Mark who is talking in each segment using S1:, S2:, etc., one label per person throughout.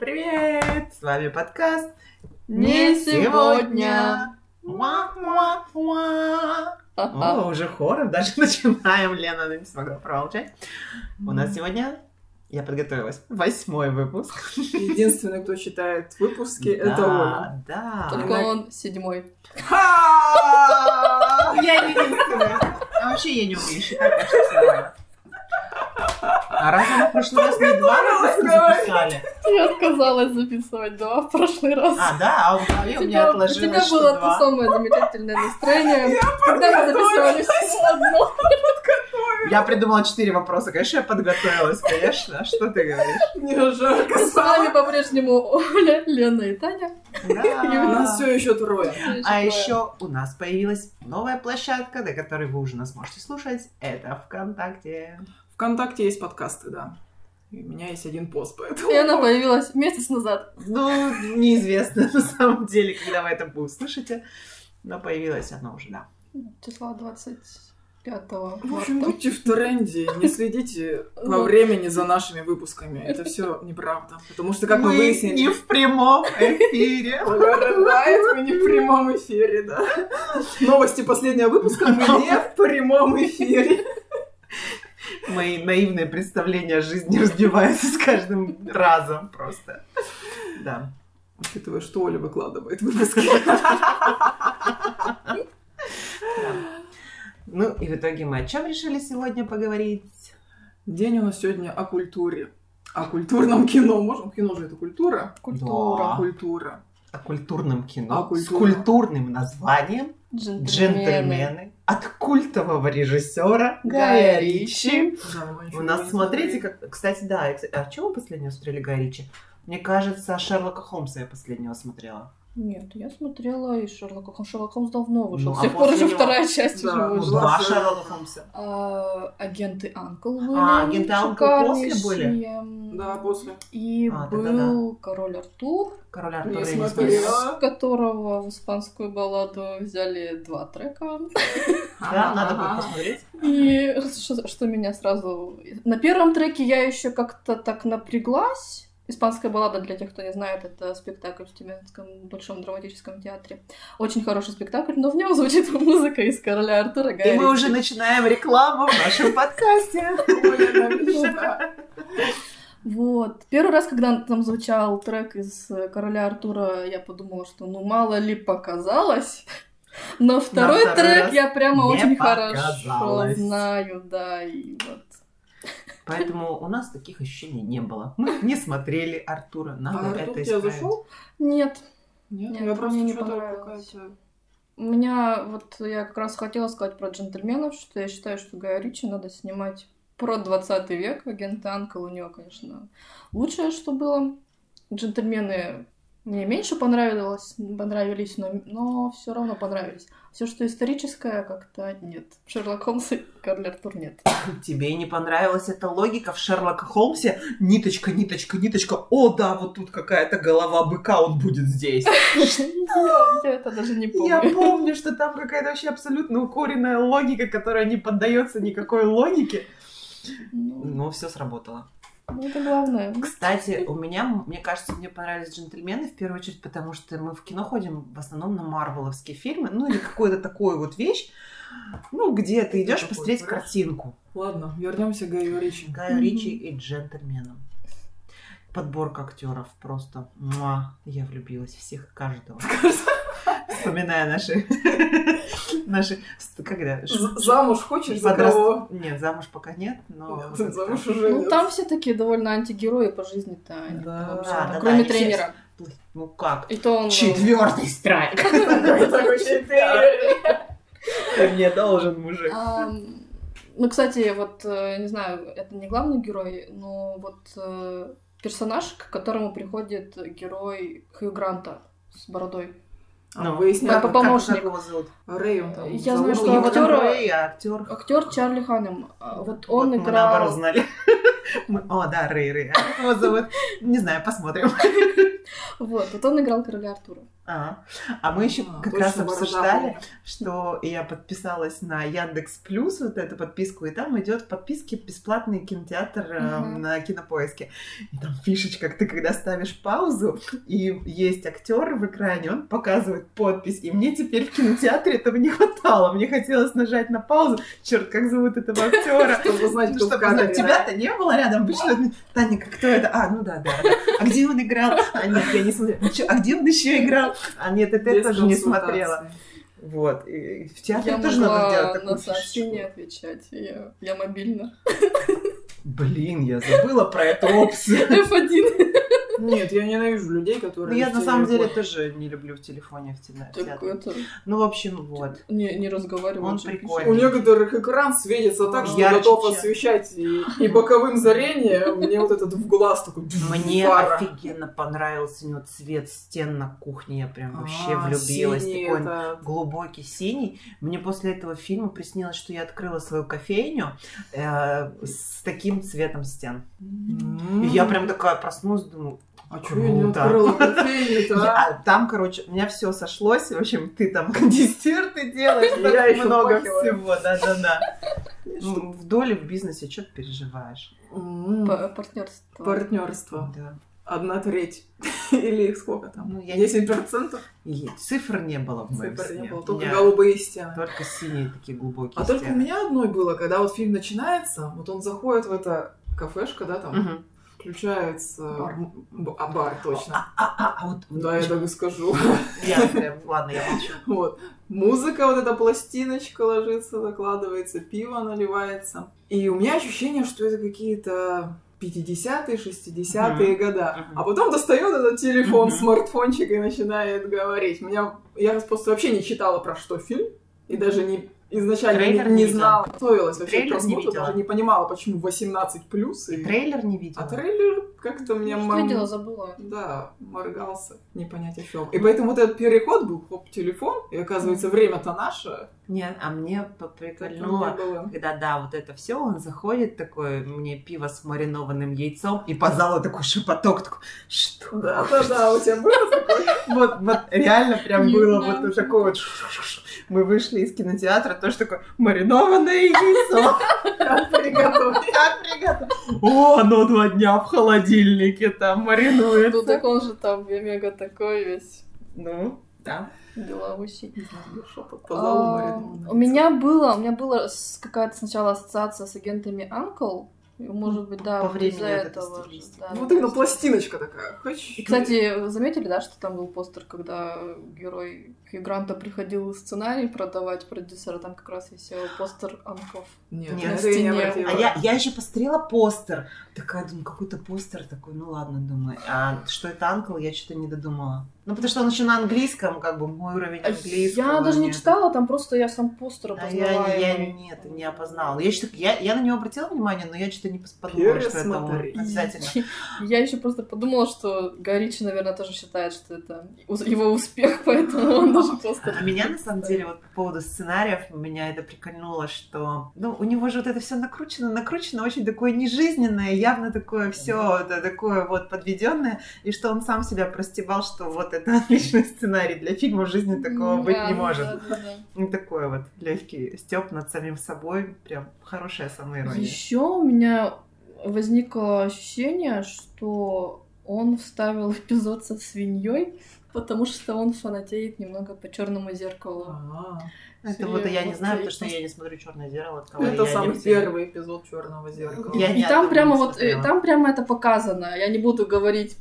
S1: Привет! С вами подкаст
S2: Не сегодня.
S1: Уа-уа-уа. О, уже хором даже начинаем. Лена не смогла промолчать. У нас сегодня, я подготовилась, восьмой выпуск.
S3: Единственный, кто читает выпуски, это Оля.
S1: Да, да.
S2: Только он седьмой.
S1: Ха! Я единственная. А вообще я не умею считать, так что всё равно. А раз мы в прошлый раз не два выпуска записали?
S2: Я отказалась записывать два в прошлый раз.
S1: А, да, а в голове у меня
S2: у
S1: отложилось,
S2: тебя
S1: что
S2: было
S1: два.
S2: то самое замечательное настроение, когда мы записывали все одно.
S1: Я придумала четыре вопроса. Конечно, я подготовилась, конечно. Что ты говоришь?
S3: Мне жарко
S2: С
S3: стало.
S2: нами по-прежнему Оля, Лена и Таня.
S3: У нас все еще трое.
S1: А еще у нас появилась новая площадка, на которой вы уже нас можете слушать. Это ВКонтакте.
S3: Вконтакте есть подкасты, да. И у меня есть один пост, поэтому...
S2: И она появилась месяц назад.
S1: Ну, неизвестно на самом деле, когда вы это услышите. Но появилось оно уже, да.
S2: Числа 25
S3: В общем,
S2: марта.
S3: будьте в тренде, не следите во
S2: Ну.
S3: времени за нашими выпусками. Это все неправда. Потому что, как мы
S1: не
S3: выяснили,
S1: в прямом эфире.
S3: Лорелай, мы не в прямом эфире, да. Новости последнего выпуска мы не в прямом эфире.
S1: Мои наивные представления о жизни разбиваются с каждым разом просто. Да.
S3: Учитывая, что Оля выкладывает выпуски.
S1: Ну и в итоге мы о чем решили сегодня поговорить?
S3: День у нас сегодня о культуре. О культурном кино. Можем? Кино же это культура.
S1: Да.
S2: Культура.
S3: Культура.
S1: О культурном кино
S3: О
S1: с
S3: культуре.
S1: культурным названием
S2: Джентльмены.
S1: «Джентльмены» от культового режиссера
S2: Гая
S1: Гая Ричи.
S3: Да, мы еще
S1: У нас,
S3: не
S1: смотрите,
S3: смотрели.
S1: как... Кстати, да, кстати, а чего вы последнего смотрели Гая Ричи? Мне кажется, Шерлока Холмса я последнего смотрела.
S2: Нет, я смотрела и Шерлока Холмс. Шерлок Холмс давно вышел.
S1: Ну, а
S2: С тех пор
S1: после
S2: уже
S1: него-
S2: вторая часть
S3: Да,
S2: уже
S3: ну,
S1: Ну,
S2: вышла.
S1: Два
S3: Шерлока.
S1: Шерлока Холмса.
S2: А, агенты Анкл были.
S1: А, агенты Анкл после были?
S2: шикарнейшие.
S3: Да, после.
S2: И
S1: А,
S2: был
S1: тогда да.
S2: король Артур,
S1: Король Артура я
S3: Я
S1: не
S3: смотрела.
S1: смотрела.
S2: с которого в испанскую балладу взяли два трека.
S1: Да, надо будет
S3: Ага.
S1: посмотреть.
S2: И что, что меня сразу... На первом треке я еще как-то так напряглась. Испанская баллада, для тех, кто не знает, это спектакль в Тюменском большом драматическом театре. Очень хороший спектакль, но в нем звучит музыка из короля Артура.
S1: И
S2: Гая
S1: мы
S2: Ричи.
S1: уже начинаем рекламу в нашем подкасте.
S3: Оля, да, да.
S2: Вот. Первый раз, когда там звучал трек из э, «Короля Артура», я подумала, что ну мало ли показалось. Но второй,
S1: второй раз
S2: трек я прямо
S1: не
S2: очень хорошо
S1: показалось.
S2: знаю, да, и вот.
S1: Поэтому у нас таких ощущений не было. Мы не смотрели Артура. Надо
S3: А
S1: это
S3: Артур тебе
S1: исправить.
S3: зашел?
S2: Нет,
S3: Нет,
S2: Нет,
S3: я
S2: мне
S3: просто
S2: не
S3: что-то
S2: понравилось.
S3: какая-то...
S2: у меня вот я как раз хотела сказать про джентльменов, что я считаю, что Гая Ричи надо снимать про 20 век. Агент Анкл у него, конечно, лучшее, что было. Джентльмены мне меньше понравилось, понравились, но, все равно понравились. Все, что историческое, как-то нет. Шерлок Холмс и Карл Артур нет.
S1: Тебе не понравилась эта логика в Шерлока Холмсе? Ниточка, ниточка, ниточка. О, да, вот тут какая-то голова быка, он будет здесь.
S2: Я это даже не
S1: Я
S2: помню.
S1: помню, что там какая-то вообще абсолютно укоренная логика, которая не поддается никакой логике.
S2: Ну,
S1: Но все сработало.
S2: ну, это главное.
S1: Кстати, у меня, мне кажется, мне понравились джентльмены в первую очередь, потому что мы в кино ходим в основном на марвеловские фильмы, ну или какую-то такую вот вещь, ну где ты
S3: Это
S1: идешь
S3: такой
S1: посмотреть
S3: трэш.
S1: картинку.
S3: Ладно, вернемся к Гаю Ричи.
S1: Гаю
S2: Мгм.
S1: Ричи и джентльменам. Подборка актеров просто. Муа. Я влюбилась в всех и каждого. Вспоминая наши... наши... Когда?
S3: З- Замуж хочешь за
S1: Подраст-
S3: кого?
S1: Нет, замуж пока нет, но... вот это-
S3: Замуж уже
S2: Ну,
S3: нет.
S2: там все такие довольно антигерои по жизни-то. они
S3: Да,
S2: вообще,
S1: да, да,
S2: кроме
S1: и все-
S2: тренера.
S1: Ну как?
S2: И то он... э,
S1: Четвертый страйк.
S3: Такой четыре.
S1: Ты мне должен, мужик.
S2: Ам, Ну, кстати, вот, э, не знаю, это не главный герой, но вот э, персонаж, к которому приходит герой Хью Гранта с бородой.
S3: А,
S2: Да,
S3: Выясняем.
S2: по- помощник.
S1: его зовут?
S3: Рэй он там.
S2: Я
S1: Ну,
S2: знаю,
S3: зовут.
S2: что
S1: его там
S2: актёра-
S1: Рэй, а актер...
S2: Актер Чарли Ханнем. А, Вот он
S1: Ну, мы наоборот
S2: играл...
S1: знали. Мы- О, да, Рэй, Рэй. А как Его зовут... Не знаю, посмотрим.
S2: Вот, вот он играл короля Артура.
S1: А, а мы еще
S3: А,
S1: как
S3: точно,
S1: раз обсуждали,
S3: бородатые.
S1: что я подписалась на Яндекс Плюс вот эту подписку, и там идет подписки бесплатный кинотеатр э,
S2: Мгм.
S1: на Кинопоиске. И там фишечка, ты когда ставишь паузу, и есть актер в экране, он показывает подпись. И мне теперь в кинотеатре этого не хватало. Мне хотелось нажать на паузу. Черт, как зовут этого актера?
S3: Чтобы знать,
S1: Ну,
S3: кто в
S1: чтобы
S3: кадре.
S1: знать, тебя-то не было рядом. Обычно Таника, кто это? А, ну да, да. да. А где он играл? А нет, я не смотрела. Ну, чё, А где он еще играл? А нет, это я
S3: Без
S1: тоже не
S3: консультации.
S1: смотрела. Вот. И в театре
S2: Я
S1: А тоже надо делать
S2: могла
S1: такую
S2: на
S1: фишечку.
S2: сообщения отвечать. Я, я мобильна.
S1: Блин, я забыла про эту опцию.
S2: F1.
S3: Нет, я ненавижу людей,
S1: Ну,
S3: которые...
S1: я
S3: в
S1: на самом деле
S3: телефоне.
S1: тоже не люблю в телефоне в те- в
S2: Так
S1: театре.
S2: это...
S1: Ну, в общем, вот.
S2: Не, не разговаривал.
S1: Он
S2: же
S1: прикольный.
S2: пишет.
S3: У некоторых экран светится так, что
S1: Ярче,
S3: готов
S1: чем-
S3: освещать и, и боковым зарением. Мне вот этот в глаз такой...
S1: Мне
S3: пара.
S1: офигенно понравился у него цвет стен на кухне. Я прям вообще
S3: А,
S1: влюбилась.
S3: синий
S1: Такой он
S3: это.
S1: глубокий синий. Мне после этого фильма приснилось, что я открыла свою кофейню э, с таким цветом стен. И я прям такая проснулась, думаю,
S3: А чё я не
S1: круто.
S3: открыла кофейню-то, а?
S1: я- там, короче, у меня все сошлось. В общем, ты там десерты делаешь,
S3: Я
S1: так
S3: ещё
S1: много
S3: впахиваю.
S1: всего, да-да-да. Ну, В доле, в бизнесе, что ты переживаешь?
S3: М,
S2: Па- Партнерство.
S3: Партнерство.
S1: Да.
S3: М-м-м. Одна треть. Или их сколько там?
S1: Ну, я не-
S3: 10 процентов
S1: И цифр не было в моем
S3: цифр не
S1: сне.
S3: было.
S1: У
S3: Только
S1: меня
S3: голубые стены.
S1: Только синие такие глубокие
S3: А только у
S1: стены.
S3: меня одной было, когда вот фильм начинается, вот он заходит в это кафешка, да, там
S1: Мгм.
S3: включается...
S1: Бар.
S3: м, б- А, бар, точно.
S1: А, а, а вот...
S3: Да, я так и скажу.
S1: Я прям- Ладно, я молчу.
S3: Вот. Музыка, вот эта пластиночка ложится, закладывается, пиво наливается. И у меня ощущение, что это какие-то 50-е, 60-е года.
S1: Мгм.
S3: А потом достает этот телефон,
S1: Мгм.
S3: смартфончик и начинает говорить. Меня... Я просто вообще не читала, про что фильм. И даже не изначально
S1: Трейлер
S3: не,
S1: не
S3: не
S1: видела.
S3: знала, готовилась вообще к
S1: Трейлер не
S3: просмотру,
S1: видела.
S3: даже не понимала, почему 18 плюс. И...
S1: Трейлер не видела.
S3: А трейлер как-то мне
S2: Ну,
S3: мам-
S2: Что я делала? Забыла.
S3: да, моргался, не понять о чем. И поэтому вот этот переход был, хоп, телефон, и оказывается, время-то наше.
S1: Нет, а мне п-
S3: Поэтому не
S1: прикольнуло,
S3: было.
S1: когда, да, вот это все, он заходит такой, мне пиво с маринованным яйцом, и по залу такой шепоток, такой, что?
S3: Да, да, да, у тебя было такое?
S1: Вот, вот реально прям
S2: Не
S1: было
S2: знаю,
S1: вот
S2: что
S1: такое вот. ш-ш-ш. Мы вышли из кинотеатра, тоже такое маринованное яйцо.
S3: Как приготовить?
S1: Как приготовить? О, оно два дня в холодильнике там
S2: Ну
S1: маринуется.
S2: так он же там мега такой весь
S1: Ну, да.
S2: деловой сидит.
S3: Шепот по залу
S2: А,
S3: маринованный.
S2: У меня было, у меня была с- какая-то сначала ассоциация с агентами Анкл. Может быть, да,
S1: по
S2: вот
S1: времени
S2: из-за
S1: вот эта
S2: этого. же,
S1: стилистика.
S2: да.
S3: Вот именно пластиночка такая. Хочешь?
S2: И, кстати, вы заметили, да, что там был постер, когда герой Гигранта приходил сценарий продавать продюсера, там как раз висел постер Анков.
S3: Нет,
S1: Нет,
S3: на
S1: на
S3: это я не
S2: стене.
S3: обратила.
S1: А я, я еще посмотрела постер. Такая, думаю, какой-то постер такой, ну ладно, думаю. А что это анкл, я что-то не додумала. Ну, потому что он еще на английском, как бы мой уровень
S2: А
S1: английского.
S2: Я даже не
S1: нет.
S2: читала, там просто я сам постер
S1: А
S2: опознаваемый.
S1: я, я нет, не опознала. Я, ещё так- я, я на него обратила внимание, но я что-то не пос- подумала, что это он.
S3: Пересмотреть.
S1: обязательно.
S2: Я еще просто подумала, что Горичи, наверное, тоже считает, что это ус- его успех, поэтому он даже постер.
S1: А меня, на самом деле, вот по поводу сценариев, меня это прикольнуло, что, ну, у него же вот это все накручено, накручено, очень такое нежизненное, явно такое все такое вот подведенное, и что он сам себя простебал, что вот это отличный сценарий для фильма, в жизни такого быть
S2: Да,
S1: не
S2: да,
S1: может.
S2: да, да.
S1: Ну, такой вот легкий степ над самим собой, прям хорошая самоирония.
S2: Еще у меня возникло ощущение, что он вставил эпизод со свиньей, потому что он фанатеет немного по черному зеркалу.
S3: А.
S1: Это вот я не
S2: Вот
S1: знаю,
S2: и-
S1: потому что я не смотрю черное зеркало. от кого
S3: Это
S1: я не
S3: самый
S1: всегда-
S3: первый эпизод Черного зеркала.
S1: Я
S2: и
S1: ни
S2: там
S1: одного
S2: прямо
S1: не
S2: вот и
S1: смотрела.
S2: там прямо это показано. Я не буду говорить,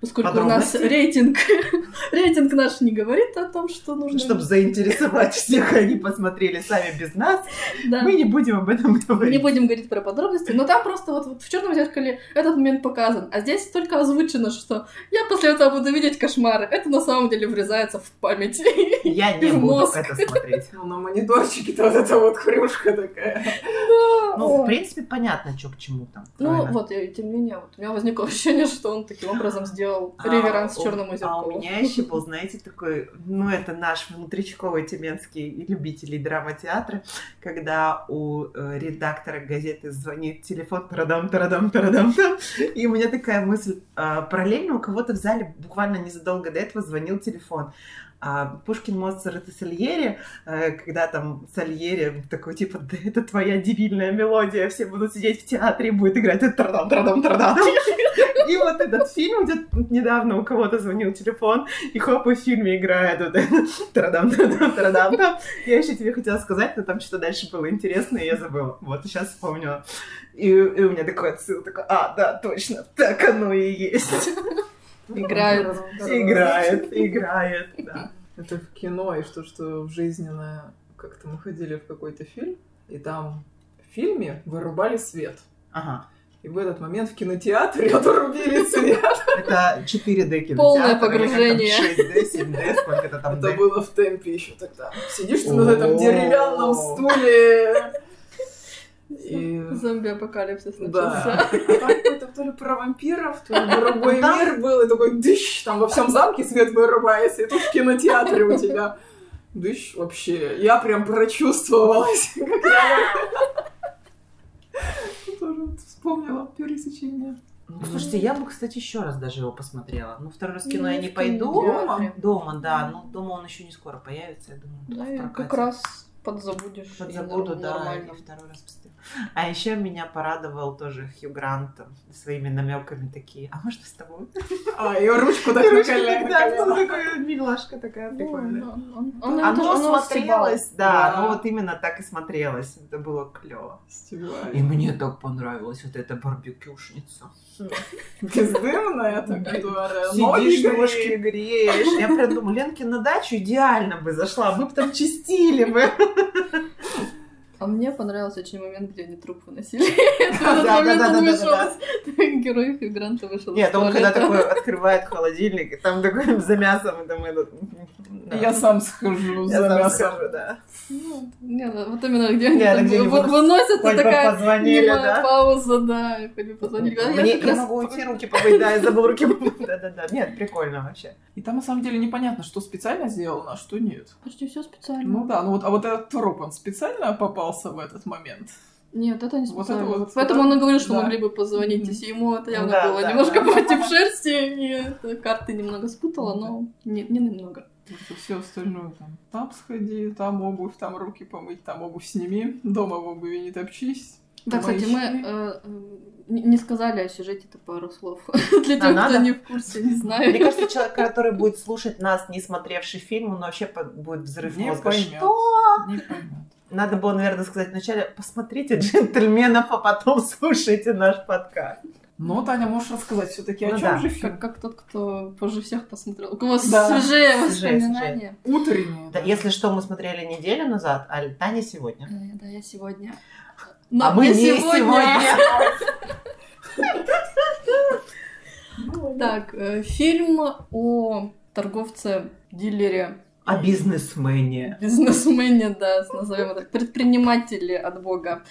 S2: поскольку у нас
S1: Подробности?
S2: рейтинг рейтинг наш не говорит о том, что нужно.
S1: Чтобы заинтересовать всех, они посмотрели сами без нас.
S2: Да.
S1: Мы не будем об этом
S2: Мы не
S1: говорить.
S2: будем говорить про подробности, но там просто вот, вот в черном зеркале этот момент показан, а здесь только озвучено, что я после этого буду видеть кошмары. Это на самом деле врезается в память.
S1: Я не
S2: в
S1: буду
S2: мозг.
S1: это смотреть.
S3: Ну, на мониторчике-то вот эта вот хрюшка такая.
S1: Ну, в принципе, понятно, что к чему там.
S2: Ну
S1: правильно?
S2: вот, и тем не менее, вот у меня возникло ощущение, что он таким образом сделал реверанс
S1: у-
S2: черному
S1: А у
S2: зеркалу.
S1: меня еще был, знаете, такой, ну, это наш внутричковый тюменский любителей драматеатра, когда у э, редактора газеты звонит телефон, тарадам, тарадам, тарадам, там. и у меня такая мысль, а, параллельно у кого-то в зале буквально незадолго до этого звонил телефон. А, Пушкин, Моцарт и Сальери, э, когда там Сальери такой, типа, да это твоя дебильная мелодия, все будут сидеть в театре и будет играть это тарадам, тарадам, тарадам. И вот этот фильм, где недавно у кого-то звонил телефон, и хоп, и в фильме играет вот это тарадам, тарадам, тарадам, там. Я еще тебе хотела сказать, но там что-то дальше было интересное, я забыла. Вот, сейчас вспомнила. И, и у меня такой отсыл, такой, а, да, точно, так оно и есть.
S2: Играют.
S3: ну,
S1: Играет, играет, да.
S3: Это в кино, и что, что в жизненное... Как-то мы ходили в какой-то фильм, и там в фильме вырубали свет.
S1: Ага.
S3: И в этот момент в кинотеатре отрубили свет.
S1: Это 4D кинотеатр.
S2: Полное
S1: или как там,
S2: погружение.
S1: 6D, 7D, сколько-то там
S3: Это
S1: D.
S3: было в темпе еще тогда. Сидишь ты на этом
S1: О.
S3: деревянном стуле. И...
S2: Зомби-апокалипсис начался.
S3: Да. Это то ли про вампиров, то ли другой
S1: Ну, там-
S3: мир был, и такой дыщ, там во всем замке свет вырубается, и тут в кинотеатре у тебя дыщ вообще. Я прям прочувствовалась, как я тоже вот вспомнила пересечение.
S1: Ну, Слушайте, я бы, кстати, еще раз даже его посмотрела. Ну, второй раз в кино я
S2: Ну,
S1: не
S2: в
S1: пойду.
S2: кинотеатре.
S1: Дома, да. Ну, дома он еще не скоро появится, я думаю, только
S2: Да,
S1: в
S2: Ну и
S1: прокате.
S2: как раз подзабудешь. и
S1: Подзабуду,
S2: нор-
S1: да,
S2: нормально.
S1: и второй раз посмотрю. А еще меня порадовал тоже Хью Грант там, своими намеками такие. А можно с тобой?
S3: А, и ручку так на колено- колено.
S1: такой милашка такая
S2: Ну, да, он- он- он тоже-
S1: Оно
S2: он
S1: смотрелось, да,
S3: Да.
S1: оно вот именно так и смотрелось. Это было клево. И
S3: Стебали.
S1: мне так понравилась вот эта барбекюшница.
S3: Бездымная такая,
S2: Э,
S3: которая ноги
S1: Сидишь,
S3: греет.
S1: ножки греешь. Я прям думаю, Ленке на дачу идеально бы зашла, мы бы там чистили бы.
S2: А мне понравился очень момент, где они труп выносили. В
S1: Да,
S2: этот
S1: да,
S2: момент
S1: да,
S2: он
S1: да, да,
S2: вышел
S1: да.
S2: из- Герой Хью Гранта вышел из
S1: Нет, он когда
S2: туалета.
S1: такой открывает холодильник, и там такой за мясом, и там этот... да.
S3: Я сам схожу
S1: Я
S3: за
S1: сам
S3: мясом.
S1: скажу, да.
S2: Ну, Нет, вот именно где они
S1: Да,
S2: там
S1: где они
S2: вы-
S1: выносят.
S2: выносят, и
S1: Хоть бы
S2: такая
S1: позвонили,
S2: немая
S1: да?
S2: пауза, да, и они позвонили. Я
S1: Мне,
S2: как
S1: я
S2: раз-
S1: могу уйти, руки помыть, да, я забыл руки помыть. Да-да-да, нет, прикольно вообще.
S3: И там на самом деле непонятно, что специально сделано, а что нет.
S2: Почти все специально.
S3: Ну да, ну вот, а вот этот труп, он специально попался в этот момент?
S2: Нет, это не
S3: Вот
S2: специально.
S3: это вот,
S2: Поэтому
S3: да.
S2: он и говорил, что
S3: Да.
S2: могли бы позвонить, если ему это явно
S1: Да,
S2: было
S1: да,
S2: немножко
S1: да.
S2: против шерсти, и это карты немного спутала, но не, не намного.
S3: все остальное там. Там сходи, там обувь, там руки помыть, там обувь сними, дома в обуви не топчись.
S2: Да, кстати, мы
S3: Поищи.
S2: э, э, не не сказали о сюжете-то пару слов. Для
S1: Да,
S2: тех, кто
S1: надо.
S2: не в курсе, не
S1: Мне
S2: знает.
S1: кажется, человек, который будет слушать нас, не смотревший фильм, он вообще по- будет взрыв
S3: Не
S1: мозга.
S3: поймёт.
S1: Что?
S3: Не поймёт.
S1: Надо было, наверное, сказать вначале, посмотрите джентльменов, а потом слушайте наш подкаст.
S3: Ну, Таня, можешь рассказать все-таки, о
S1: Ну
S3: чем
S1: да,
S3: же
S2: Как,
S3: фильм?
S2: как тот, кто позже всех посмотрел. У кого
S3: Да.
S2: свежее
S1: Свежее,
S2: воспоминания.
S3: Утренний.
S1: Да, если что, мы смотрели неделю назад, а Таня сегодня.
S2: Э, Да, я сегодня.
S1: а
S2: Но
S1: мы
S2: я
S1: не сегодня.
S2: Так, э, фильм о торговце, дилере,
S1: О бизнесмене.
S2: бизнесмене, да, с- назовем это, предпринимателе от бога,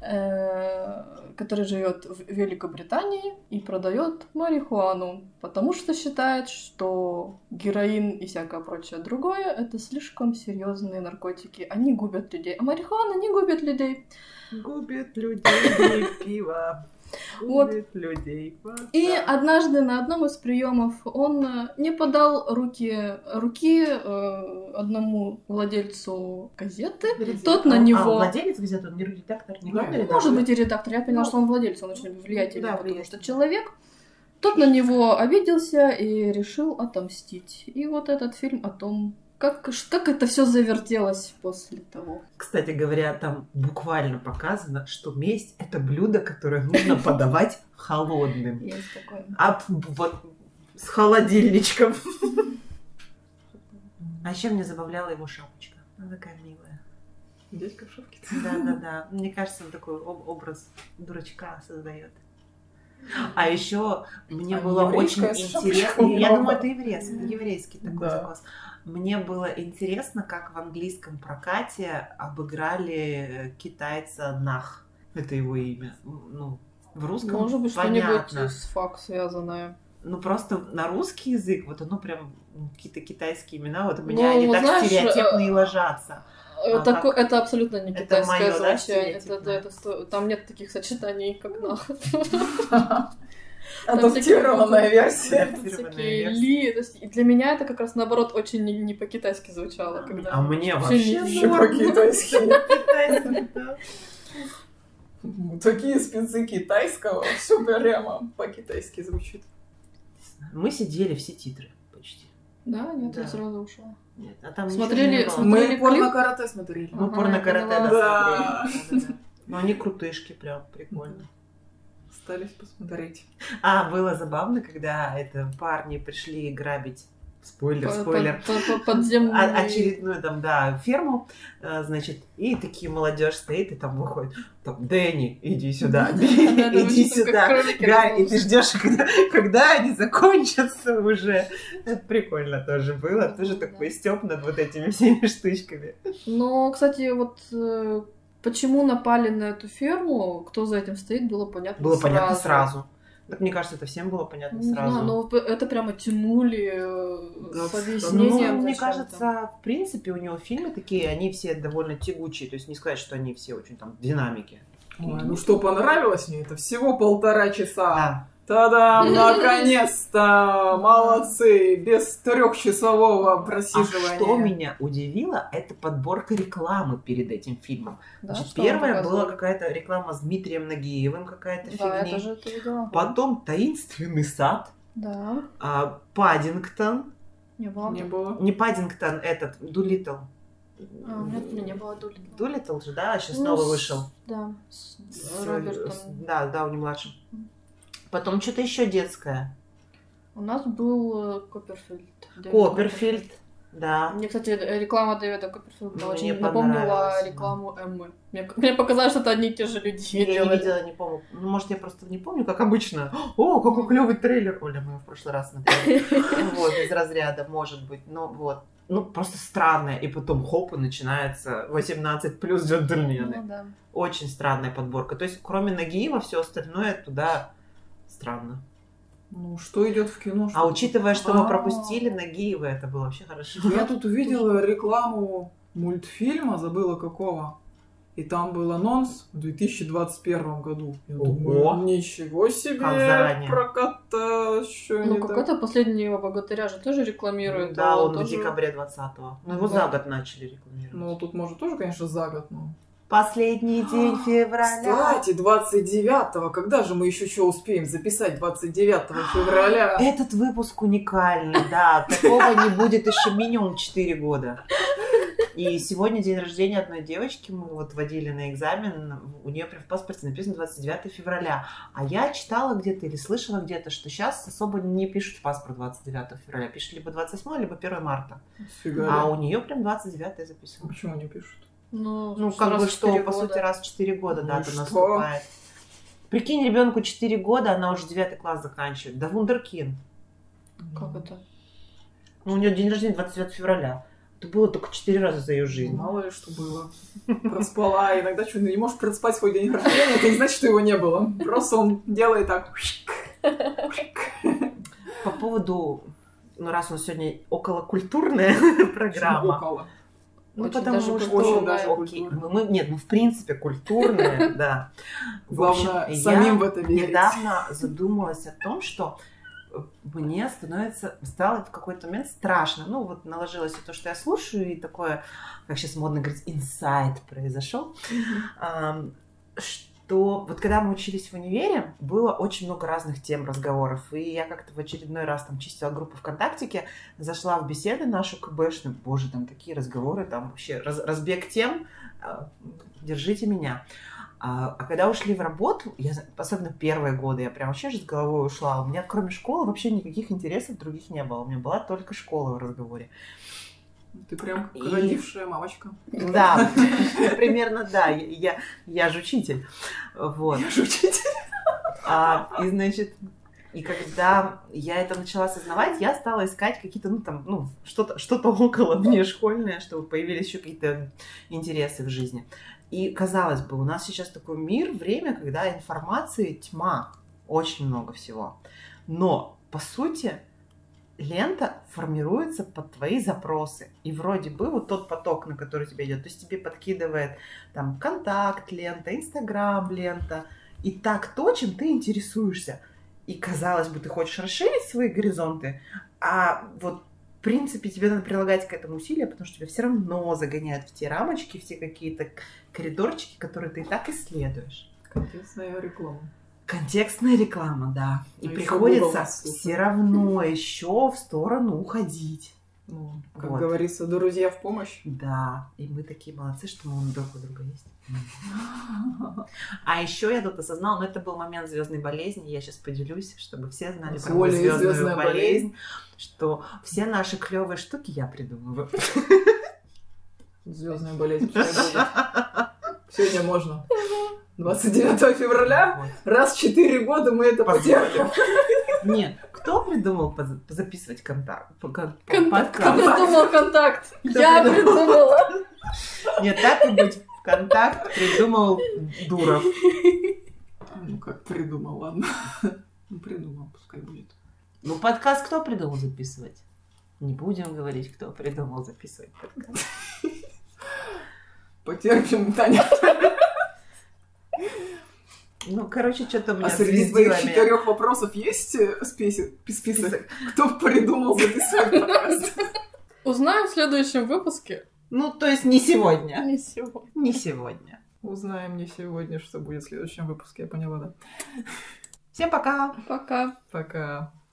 S2: э, который живет в Великобритании и продает марихуану, потому что считает, что героин и всякое прочее другое это слишком серьезные наркотики, они губят людей, а марихуана не губит людей.
S1: Губит людей пиво.
S2: Вот.
S1: Губит людей. вода.
S2: И однажды на одном из приемов он э, не подал руки, руки э, одному владельцу газеты. тот на
S1: А,
S2: него-
S1: А, владелец газеты, он не редактор, не
S3: Да.
S1: главный редактор?
S2: Может быть, и редактор. Я поняла,
S1: Ну,
S2: что он владелец, он очень влиятельный,
S1: да,
S2: потому что
S1: влиятельный.
S2: человек. Тот на него обиделся и решил отомстить. И вот этот фильм о том, как, как это все завертелось после того.
S1: Кстати говоря, там буквально показано, что месть – это блюдо, которое нужно подавать холодным.
S2: Есть такое.
S1: А п- вот с холодильничком. А еще меня забавляла его шапочка. Она такая милая.
S3: Дядька в шапке.
S1: Да-да-да. Мне кажется, он такой об- образ дурачка создает. А еще мне
S3: А
S1: было очень
S3: еврейская шапочка
S1: интересно. Я
S3: была.
S1: думаю, это еврейский, еврейский такой
S3: Да.
S1: закос. Мне было интересно, как в английском прокате обыграли э, китайца Нах. Это его имя. Ну, в русском
S2: Может быть,
S1: понятно.
S2: что-нибудь с фак связанное.
S1: ну просто на русский язык, вот оно прям ну, какие-то китайские имена, вот у меня они
S2: Ну,
S1: так
S2: знаешь,
S1: стереотипно
S2: э,
S1: и ложатся.
S2: Э,
S1: А
S2: тако-
S1: как?
S2: Это абсолютно не
S1: Это
S2: китайское
S1: моё, да,
S2: звучание. Это,
S1: стереотипное?
S2: да, это сто- там нет таких сочетаний, как нахуй.
S3: Адаптированная версия.
S1: Адаптированная
S2: Такие
S1: версия.
S2: ли. То есть и для меня это как раз наоборот очень не, не по-китайски звучало. Когда...
S1: А мне
S2: э, Всё
S1: вообще
S2: не-
S3: Еще
S1: норм.
S3: по-китайски.
S1: Китайский, да.
S3: Такие спецы китайского. Все прямо по-китайски звучит.
S1: Мы сидели все титры почти.
S2: Да, нет, я
S1: Да.
S2: сразу ушла.
S1: Нет, а там
S2: Смотрели-
S1: ничего не было.
S2: Смотрели
S3: Мы
S2: клип?
S3: порно-карате смотрели.
S1: Мы
S2: Ага,
S1: порно-карате
S2: я поняла.
S3: Да.
S1: досмотрели. Да-да-да. Ну, они крутышки прям, прикольно.
S3: Остались посмотреть.
S1: А, было забавно, когда это парни пришли грабить. Спойлер,
S2: По- Ну,
S1: спойлер.
S2: по- по-
S1: А-
S2: Подземный...
S1: очередную там, да, ферму, э, значит, и такие молодежь стоит и там выходит, там, Дэнни, иди сюда, иди сюда, Гарри, и ты ждешь, когда, когда они закончатся уже. Это прикольно тоже было, тоже
S2: Да.
S1: такой степ над вот этими всеми штучками.
S2: Но, кстати, вот э, почему напали на эту ферму, кто за этим стоит, было понятно
S1: Было понятно сразу. Так мне кажется, это всем было понятно
S2: Не
S1: сразу.
S2: знаю, но это прямо тянули
S3: Да,
S2: э, с
S3: ну,
S2: объяснением.
S1: Ну, мне
S2: зачем
S1: кажется,
S2: там.
S1: в принципе, у него фильмы такие, они все довольно тягучие. То есть не сказать, что они все очень там динамики.
S3: Ой, ну что понравилось мне, это всего полтора
S1: Да.
S3: часа. Та-дам, наконец-то! Молодцы! Без трехчасового
S1: А
S3: просиживания.
S1: что меня удивило, это подборка рекламы перед этим фильмом.
S2: Да,
S1: Значит,
S2: что он
S1: первая
S2: показывал?
S1: была какая-то реклама с Дмитрием Нагиевым, какая-то
S2: Да, я
S1: фигня.
S2: тоже это видела.
S1: Потом «Таинственный сад»,
S2: Да,
S1: а, «Паддингтон».
S2: не было.
S3: Не было.
S1: Не «Паддингтон», этот, «Дулиттл».
S2: А, нет, у меня не было Дулиттла.
S1: «Дулиттл» же, да, сейчас
S2: Ну,
S1: снова
S2: с-
S1: вышел.
S2: Да, с
S1: С- с-
S2: Робертом.
S1: Да, да, у него младшим. Потом что-то еще детское.
S2: У нас был э, Копперфильд. Дэвид
S1: Копперфильд, да.
S2: Мне, кстати, э, реклама Дэвида Копперфилда
S1: Мне
S2: очень
S1: понравилась,
S2: напомнила
S1: да.
S2: рекламу Эммы. Мне, мне показалось, что это одни и те же люди
S1: Я не
S2: делали.
S1: видела, не помню. Ну, может, я просто не помню, как обычно. О, какой клевый трейлер. Оля, мы его в прошлый раз смотрели. Вот, из разряда, может быть. Ну, вот. Ну, просто странное. И потом, хоп, и начинается 18 плюс джентльмены.
S2: Ну да.
S1: Очень странная подборка. То есть, кроме Нагиева, все остальное туда странно.
S3: Ну, что идет в кино?
S1: А
S3: что-
S1: учитывая, что мы
S3: А.
S1: пропустили Нагиева, это было вообще хорошо.
S3: Ну, Я тут увидела рекламу мультфильма, забыла какого. И там был анонс в 2021 году. Я
S1: Ого.
S3: думаю, ничего себе,
S1: Как заранее.
S3: проката еще
S2: Ну,
S3: не так.
S2: какой-то последнего богатыря же тоже рекламирует.
S1: Да,
S2: а
S1: он в
S2: тоже-
S1: декабре 20-го. Ну, его
S2: Да.
S1: за год начали рекламировать.
S3: Ну, тут, может, тоже, конечно, за год, но...
S1: Последний день февраля.
S3: Кстати, 29-го, когда же мы еще что успеем записать 29
S1: А.
S3: февраля?
S1: Этот выпуск уникальный, да. Такого не будет еще минимум 4 года. И сегодня день рождения одной девочки. Мы вот водили на экзамен. У нее прям в паспорте написано 29 февраля. А я читала где-то или слышала где-то, что сейчас особо не пишут в паспорт 29 февраля. Пишут либо 28, либо 1 марта. А
S3: Фига.
S1: у нее прям 29 записано.
S3: Почему не пишут?
S2: Ну,
S1: Ну,
S2: с-
S1: как
S2: раз
S1: бы
S2: в
S1: что,
S2: четыре
S1: по
S2: года.
S1: сути, раз в 4 года
S3: Ну и
S1: дата
S3: что?
S1: наступает. Прикинь, ребенку 4 года, она уже 9 класс заканчивает. Да вундеркин.
S2: Как это?
S1: Ну, у нее день рождения 29 февраля. Это было только 4 раза за ее жизнь.
S3: Мало ли что было. Проспала. А Иногда что, не можешь проспать свой день рождения, это не значит, что его не было. Просто он делает так.
S1: По поводу... Ну, раз у нас сегодня околокультурная программа.
S3: Около.
S1: Ну,
S2: Очень
S1: потому
S2: даже
S1: что...
S3: культурная. Очень даже
S1: окей,
S3: культурная.
S1: ну, мы- Нет, мы в принципе культурная, да. В общем,
S3: Главное,
S1: я-
S3: самим в это верить.
S1: недавно задумалась о том, что э, мне становится, стало в какой-то момент страшно. Ну, вот наложилось то, что я слушаю, и такое, как сейчас модно говорить, инсайт произошел. Ам, что вот когда мы учились в универе, было очень много разных тем разговоров. И я как-то в очередной раз там чистила группу ВКонтактике, зашла в беседы нашу КБшную. Боже, там такие разговоры, там вообще раз- разбег тем. А, Держите меня. А, а когда ушли в работу, я, за- особенно первые годы, я прям вообще же с головой ушла. У меня кроме школы вообще никаких интересов других не было. У меня была только школа в разговоре.
S3: Ты прям как
S1: И-
S3: родившая мамочка.
S1: Да, примерно да. Я, я, я же учитель. Вот.
S3: Я же учитель.
S1: А, и значит, и когда я это начала осознавать, я стала искать какие-то, ну там, ну, что-то что около мне школьное, чтобы появились еще какие-то интересы в жизни. И казалось бы, у нас сейчас такой мир, время, когда информации тьма, очень много всего. Но, по сути, лента формируется под твои запросы. И вроде бы вот тот поток, на который тебе идет, то есть тебе подкидывает там контакт лента, инстаграм лента, и так то, чем ты интересуешься. И казалось бы, ты хочешь расширить свои горизонты, а вот в принципе, тебе надо прилагать к этому усилия, потому что тебя все равно загоняют в те рамочки, в те какие-то коридорчики, которые ты и так исследуешь.
S3: Контекстная реклама.
S1: Контекстная реклама, да. И
S3: Ну, еще
S1: приходится
S3: Google слушает.
S1: все равно еще в сторону уходить.
S3: Ну, как
S1: Вот.
S3: говорится, друзья в помощь.
S1: Да, и мы такие молодцы, что мы друг у друга есть. А еще я тут осознала, но это был момент звездной болезни, я сейчас поделюсь, чтобы все знали про мою
S3: Оля,
S1: звездную
S3: «Звездная
S1: болезнь,
S3: болезнь».
S1: что все наши клевые штуки я придумываю.
S3: Звездная болезнь. пускай будет. Сегодня можно. 29 февраля.
S1: Вот.
S3: Раз в 4 года мы это
S1: Позволим.
S3: потерпим.
S1: Нет, кто придумал поз- записывать контакт? по- кон-
S2: Контакт. Кто
S1: подкаст?
S2: придумал контакт?
S1: Кто
S2: Я
S1: придумал?
S2: придумала.
S1: Нет, так и быть. Контакт придумал Дуров.
S3: Ну как, придумал, ладно. Ну придумал, пускай будет.
S1: Ну, подкаст кто придумал записывать? Не будем говорить, кто придумал записывать подкаст.
S3: Потерпим, Таня.
S1: Ну, короче, что-то у меня
S3: А
S1: с
S3: среди
S1: звездилами.
S3: твоих четырех вопросов есть э, список, список, кто придумал записать подкаст?
S2: Узнаю в следующем выпуске.
S1: Ну, то есть не сегодня.
S2: Не А сегодня.
S1: Не сегодня.
S3: Узнаем не сегодня, что будет в следующем выпуске, я поняла, да?
S1: Всем пока!
S2: Пока.
S3: Пока.